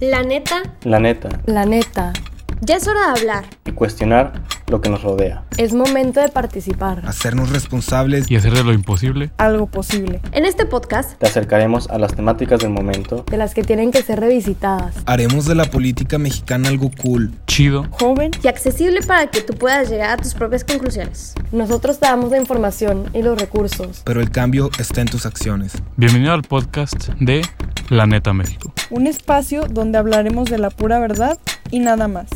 La neta, La neta. La neta, ya es hora de hablar. Y cuestionar lo que nos rodea. es momento de participar. hacernos responsables y hacer de lo imposible Algo posible. En este podcast, Te acercaremos a las temáticas del momento De las que tienen que ser revisitadas. haremos de la política mexicana algo cool. chido Joven. y accesible para que tú puedas llegar a tus propias conclusiones. Nosotros te damos la información y los recursos. Pero el cambio está en tus acciones. Bienvenido al podcast de La Neta México. un espacio donde hablaremos de la pura verdad y nada más.